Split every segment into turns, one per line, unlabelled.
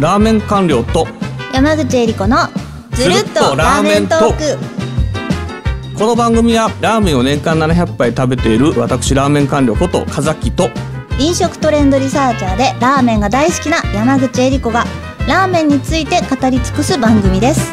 ラーメン官僚と
山口恵理子のずるっとラーメントーク
この番組はラーメンを年間700杯食べている私ラーメン官僚こと風木と
飲食トレンドリサーチャーでラーメンが大好きな山口恵理子がラーメンについて語り尽くす番組です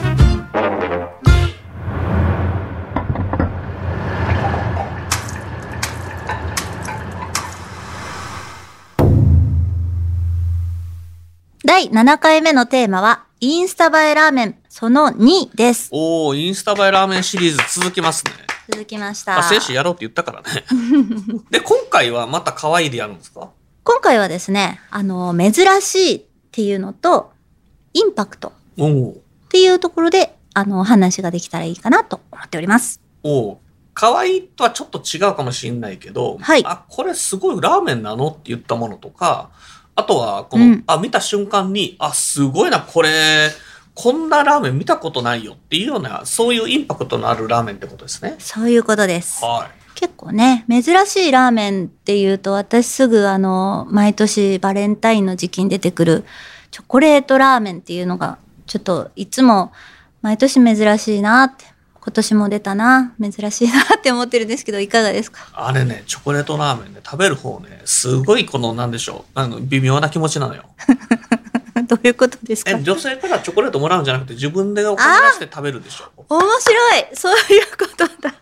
第7回目のテーマはインスタ映えラーメンその2です
おおインスタ映えラーメンシリーズ続きますね
続きまし
ま
た
あ選手やろうって言ったから ねで今回はまた可愛いでやるんですか
今回はですねあの珍しいっていうのとインパクト
おお
っていうところで、あの、お話ができたらいいかなと思っております。
おお可愛いとはちょっと違うかもしれないけど、
はい
あこれすごいラーメンなのって言ったものとかあとはこ
う
の、
ん
あ見た瞬間にあすごいなこれこんなラーメン見たことないよっていうようなそういうインパクトのあるラーメンってことですね。
そういうことです。
はい
結構ね、珍しいラーメンっていうと、私すぐあの、毎年バレンタインの時期に出てくるチョコレートラーメンっていうのが、ちょっといつも毎年珍しいなって、今年も出たな、珍しいなって思ってるんですけど、いかがですか
あれね、チョコレートラーメンね、食べる方ね、すごいこの、なんでしょう、あの、微妙な気持ちなのよ。
どういうことですか
え、女性からチョコレートもらうんじゃなくて、自分でお金出して食べるでしょ。
面白いそういうことだ。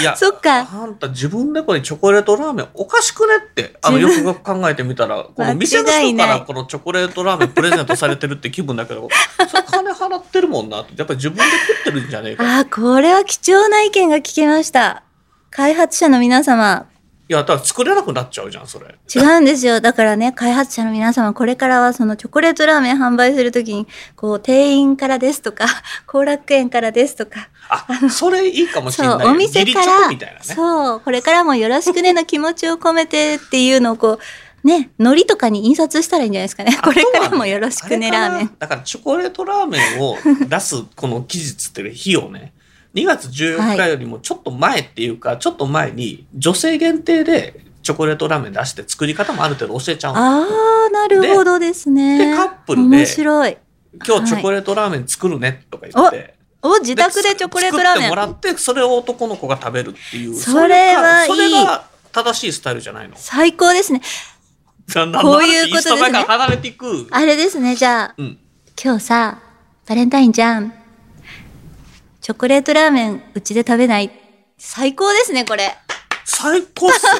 いや、
そっか
あんた自分でこれチョコレートラーメンおかしくねって、あの、よ
自
くよく考えてみたら、この店の
間違い
人か
ない
らこのチョコレートラーメンプレゼントされてるって気分だけ ど、それ金払ってるもんなって、やっぱり自分で食ってるんじゃねえか。い
ああ、これは貴重な意見が聞けました。開発者の皆様、
や、だから作れなくなっちゃうじゃん、それ。
違うんですよ。だからね、開発者の皆様、これからはそのチョコレートラーメン販売するときに、こう、店員からですとか、 後楽園からですとか、
あ、それいいかもしれ
そ
な
う
い。、
お店
義理
か
チョコ
ら、
みたいなね。
そう、これからもよろしくねの気持ちを込めてっていうのをこう、ね、海苔とかに印刷したらいいんじゃないですかね。これからもよろしくね、
あと
ラ
は
ーメ
あれか
ン。
なだからチョコレートラーメンを出すこの期日っていう日をね、2月14日よりもちょっと前っていうか、ちょっと前に女性限定でチョコレートラーメン出して作り方もある程度教えちゃうの
ああ、なるほどですね。
ででカップルで
面白い。
今日チョコレートラーメン作るねとか言って。
お、自宅でチョコレートラーメン。
作ってもらって、それを男の子が食べるっていう。
それはいい
それが正しいスタイルじゃないの。
最高ですね。
だんだん
こういうことですね
インスタ映えから離れていく。
あれですね、じゃあ、
うん。
今日さ、バレンタインじゃん。チョコレートラーメン、うちで食べない。最高ですね、これ。
最高っすよ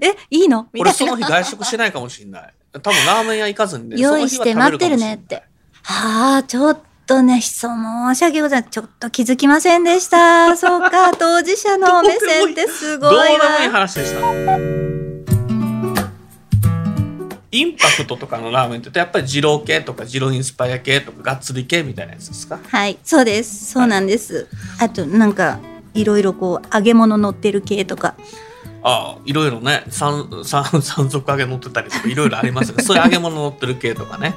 え、いいのみた
俺
い
そ
な。
の日外食しないかもしれない。多分ラーメン屋行かずにね。
用意して待ってるねっ
その
て。はあ、ちょっとね、そう申し訳ございません。ちょっと気づきませんでした。そ うか、当事者の目線ってす
日は食べるかもしれない。ど
ごいう
でもいい
わ。
話でしたね。インパクトとかのラーメンって言うとやっぱり二郎系とか二郎インスパイア系とかがっつり系みたいなやつですか
はい、そうです。そうなんです。あと、なんか、いろいろこう、揚げ物乗ってる系とか。
ああいろいろね山山山賊揚げ乗ってたりとかいろいろありますよねそういう揚げ物乗ってる系とかね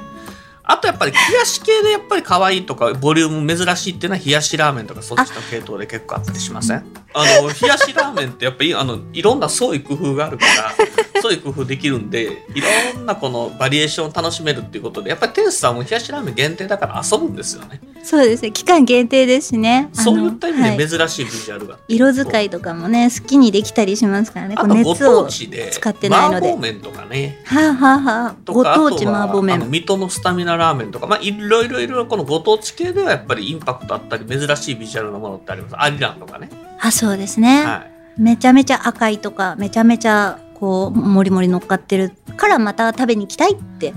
あとやっぱり冷やし系でやっぱり可愛いとかボリューム珍しいっていうのは冷やしラーメンとかそっちの系統で結構あったりしませんあの冷やしラーメンってやっぱりあのいろ んな創意工夫があるから創意工夫できるんでいろんなこのバリエーションを楽しめるっていうことでやっぱり店主さんも冷やしラーメン限定だから遊ぶんですよね
そうですね、期間限定ですしね。あの
そういった意味
は
で
い
珍しいビジュアルがあって
色使いとかもね、好きにできたりしますからね、
あ
ことう
ご
熱を
当。地で
使ってないの
麻
で
婆麺とかね
はあ、はあはあ、
と
ご
か
当地
あとは
麻婆
あの
麺。
水戸のスタミナラーメンとか、まあ、いろいろいろこのご当地系ではやっぱりインパクトあったり珍しいビジュアルのものってありますアリランとかね、
あ、そうですね、
はい、
めちゃめちゃ赤いとか、めちゃめちゃこう、もりもり乗っかってるから、また食べに行きたいって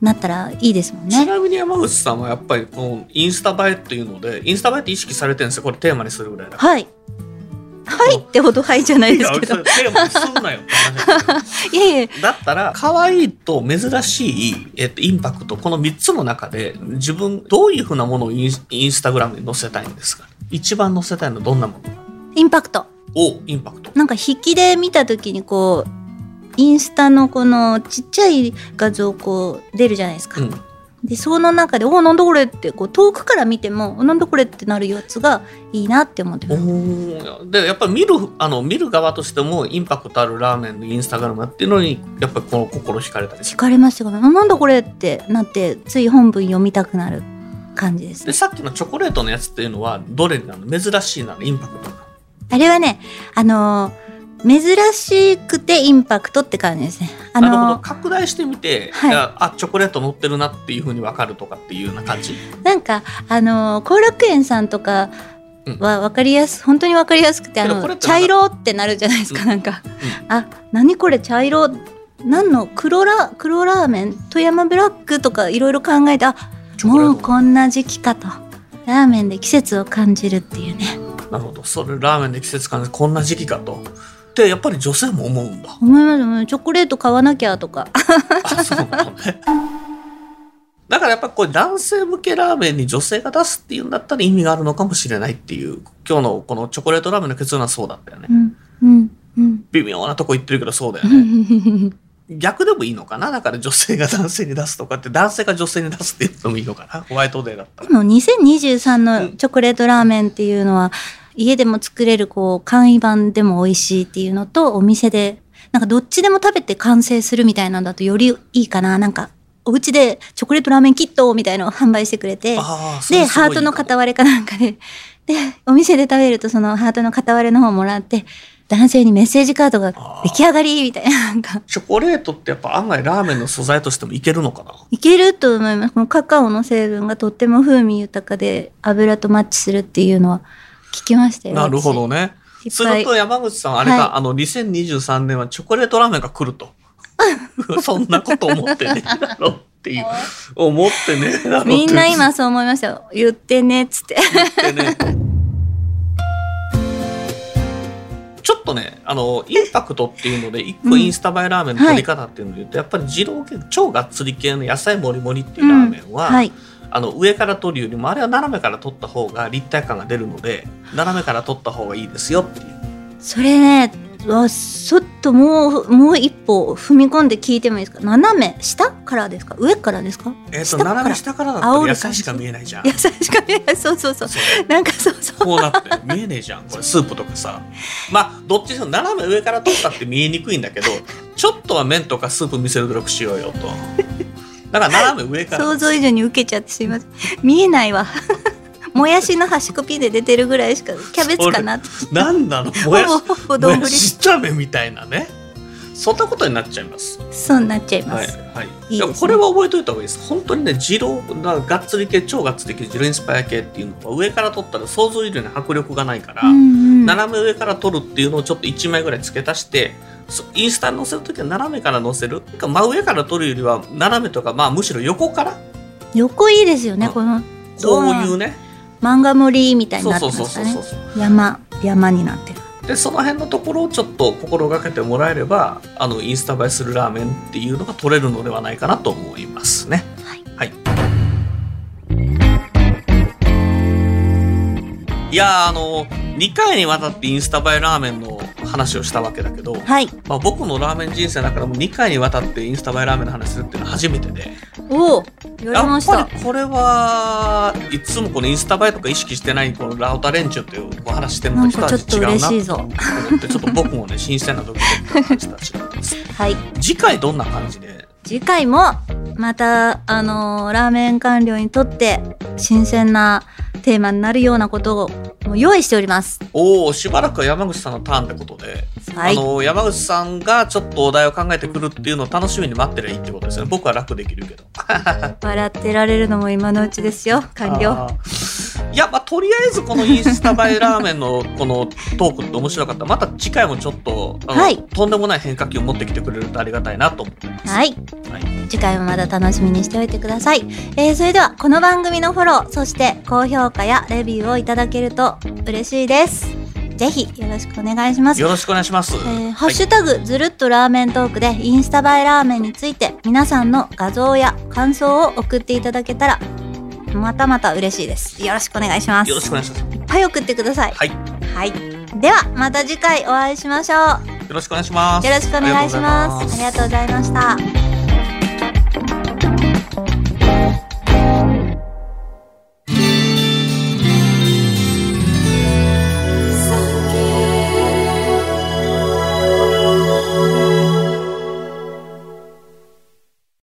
なったらいいですもん
ち
ね。
なみに山口さんはやっぱりこのインスタ映えっていうのでインスタ映えって意識されてるんですよこれテーマにするぐらいだか
はい。はいってほどはいじゃな
ら
いですけ ど。
いやそれテーマにするなよって話なんだけど
いやいや、
だったら可愛いと珍しい、えっと、インパクトこの3つの中で自分どういうふうなものをインスインスタグラムに載せたいんですか一番載せたいのはどんなもの
インパクト。
おインパクト
なんか引きで見た時にこう、インスタのこのちっちゃい画像こう出るじゃないですか。
うん
でその中で「おおなんだこれ」ってこう遠くから見ても「おなんだこれ」ってなるやつがいいなって思ってます。
おでやっぱり見るあの見る側としてもインパクトあるラーメンのインスタグラムやってるのにやっぱりこの心惹かれたりす
惹かれましたから「あなんだこれ」ってなってつい本文読みたくなる感じです
るでさっきのチョコレートのやつっていうのはどれなの珍しいなのインパクトなの
あれはねあのー珍しくてインパクトって感じですねあのー
なるほど拡大してみて、
はい
いやあチョコレート乗ってるなっていうふうに分かるとかっていうような感じ
なんかあのー後楽園さんとかは分かりやす、本当に分かりやすくてあ
けどこれ
の
ってなん
茶
か
色ってなるじゃないですか、
うん
なんか、あ何これ茶色何の黒ラ黒ラーメン富山ブラックとかいろいろ考えてあ
チョコレ
もう
ート
こんな時期かとラーメンで季節を感じるっていうね
なるほどそれラーメンで季節感じこんな時期かとでやっぱり女性も思うんだ
思いますもうチョコレート買わなきゃとか
あ そうなのねだからやっぱりこれ男性向けラーメンに女性が出すっていうんだったら意味があるのかもしれないっていう今日のこのチョコレートラーメンの結論はそうだったよね
うんうんうん
微妙なとこ言ってるけどそうだよね 逆でもいいのかなだから女性が男性に出すとかって男性が女性に出すって言ってもいいのかなホワイトデーだったら
でも2023のチョコレートラーメンっていうのは、家でも作れるこう簡易版でも美味しいっていうのとお店でなんかどっちでも食べて完成するみたいなんだとよりいいかななんかお家でチョコレートラーメンキットみたいのを販売してくれて
ああそ
で
れすごい
ハ
いい
ートの
かも
片割れかなんかででお店で食べるとそのハートの片割れの方もらって男性にメッセージカードが出来上がりみたいななんか
チョコレートってやっぱ案外ラーメンの素材としてもいけるのかない
けると思います。このカカオの成分がとっても風味豊かで油とマッチするっていうのは聞きましたよ。
なるほどね。
私。
そ
い
れ
っぱ
と
い。
山口さん、あれか、
はい
あの、2023年はチョコレートラーメンが来ると。 そんなこと思って ねえだろっていう。思ってねえだろって
みんな今そう思いましたよ。言ってねっつって。
言ってね。ちょっとね、あの、インパクトっていうので、一個インスタ映えラーメンの取り方っていうので言うと、やっぱり二郎系、超がっつり系の野菜もりもりっていうラーメンは、
はい。
あの上から取るよりもあれは斜めから取った方が立体感が出るので斜めから取った方がいいですよっていう
それね、わそっともうもう一歩踏み込んで聞いてもいいですか。斜め下からですか。上からですか。
えっ、
下
と
から
斜め下からだったら
煽る
野
感じ
菜しか見えないじゃん
野菜しか見えない。そうそうそう。
そう
なんかそうそう。
こうなって見えねえじゃんこれスープとかさまあどっちにせよ斜め上から取ったって見えにくいんだけどちょっとは麺とかスープ見せる努力しようよとだから斜め上から
想像以上に受けちゃってすいません。見えな いわ。もやしの端っこピで出てるぐらいしかキャベツかなって。
なんなのもやし
ほぼほぼ
も
丼
やし炒めみたいなねそんなことになっちゃいます
そうなっちゃいま
はい
す。
はい
いいですね
これは覚えといた方がいいです本当にね二郎ががっつり系超がっつり系二郎インスパイア系っていうのは上から取ったら想像以上に迫力がないから、
うんうん
斜め上から取るっていうのをちょっと1枚ぐらい付け足してそインスタに載せる時は斜めから載せるなんか真上から取るよりは斜めとかまあむしろ横から
横いいですよね、
うん
この
こういうね
漫画森みたいに
そう
なって
そう
ます
そうそ
か
う
ね
そう
山山になってる
でその辺のところをちょっと心がけてもらえればあのインスタ映えするラーメンっていうのが取れるのではないかなと思いますね。
はい、
いやーあの2回にわたってインスタ映えラーメンの話をしたわけだけど、
はい、
まあ、僕のラーメン人生だからもう2回にわたってインスタ映えラーメンの話するっていうのは初めてで
おお言われまし
や
た
っぱりこれはいつもこのインスタ映えとか意識してないこのラオタ連中っていうお話してるのと人
なんかちょっと
味違うな
嬉しい
と
ぞ
思ってちょっと僕もね新鮮な時に感じた次第です。
はい
次回どんな感じで
次回もまたあのーラーメン官僚にとって新鮮なテーマになるようなことをもう用意しております
おおしばらくは山口さんのターンってことで、
は
あ
い
の山口さんがちょっとお題を考えてくるっていうのを楽しみに待ってりゃいいってことですよね僕は楽できるけど。
笑ってられるのも今のうちですよ官僚
あーいやまあとりあえずこのインスタ映えラーメンのこのトークって面白かったまた次回もちょっとあの、
はい
とんでもない変化球を持ってきてくれるとありがたいなと思ってます、
はい
はい
次回もまだ楽しみにしておいてください、えーそれではこの番組のフォローそして高評価やレビューをいただけると嬉しいですぜひよろしくお願いします
よろしくお願いします、
えーハッシュタグずるっとラーメントークでインスタ映えラーメンについて皆さんの画像や感想を送っていただけたらまたまた嬉しいですよろしくお願いしま
はい
す
よろしくお願いします
いっぱい送ってください
はいよ
はい、ではまた次回お会いしましょう
ろしくお願いします
よろしくお願いしますありがとうございました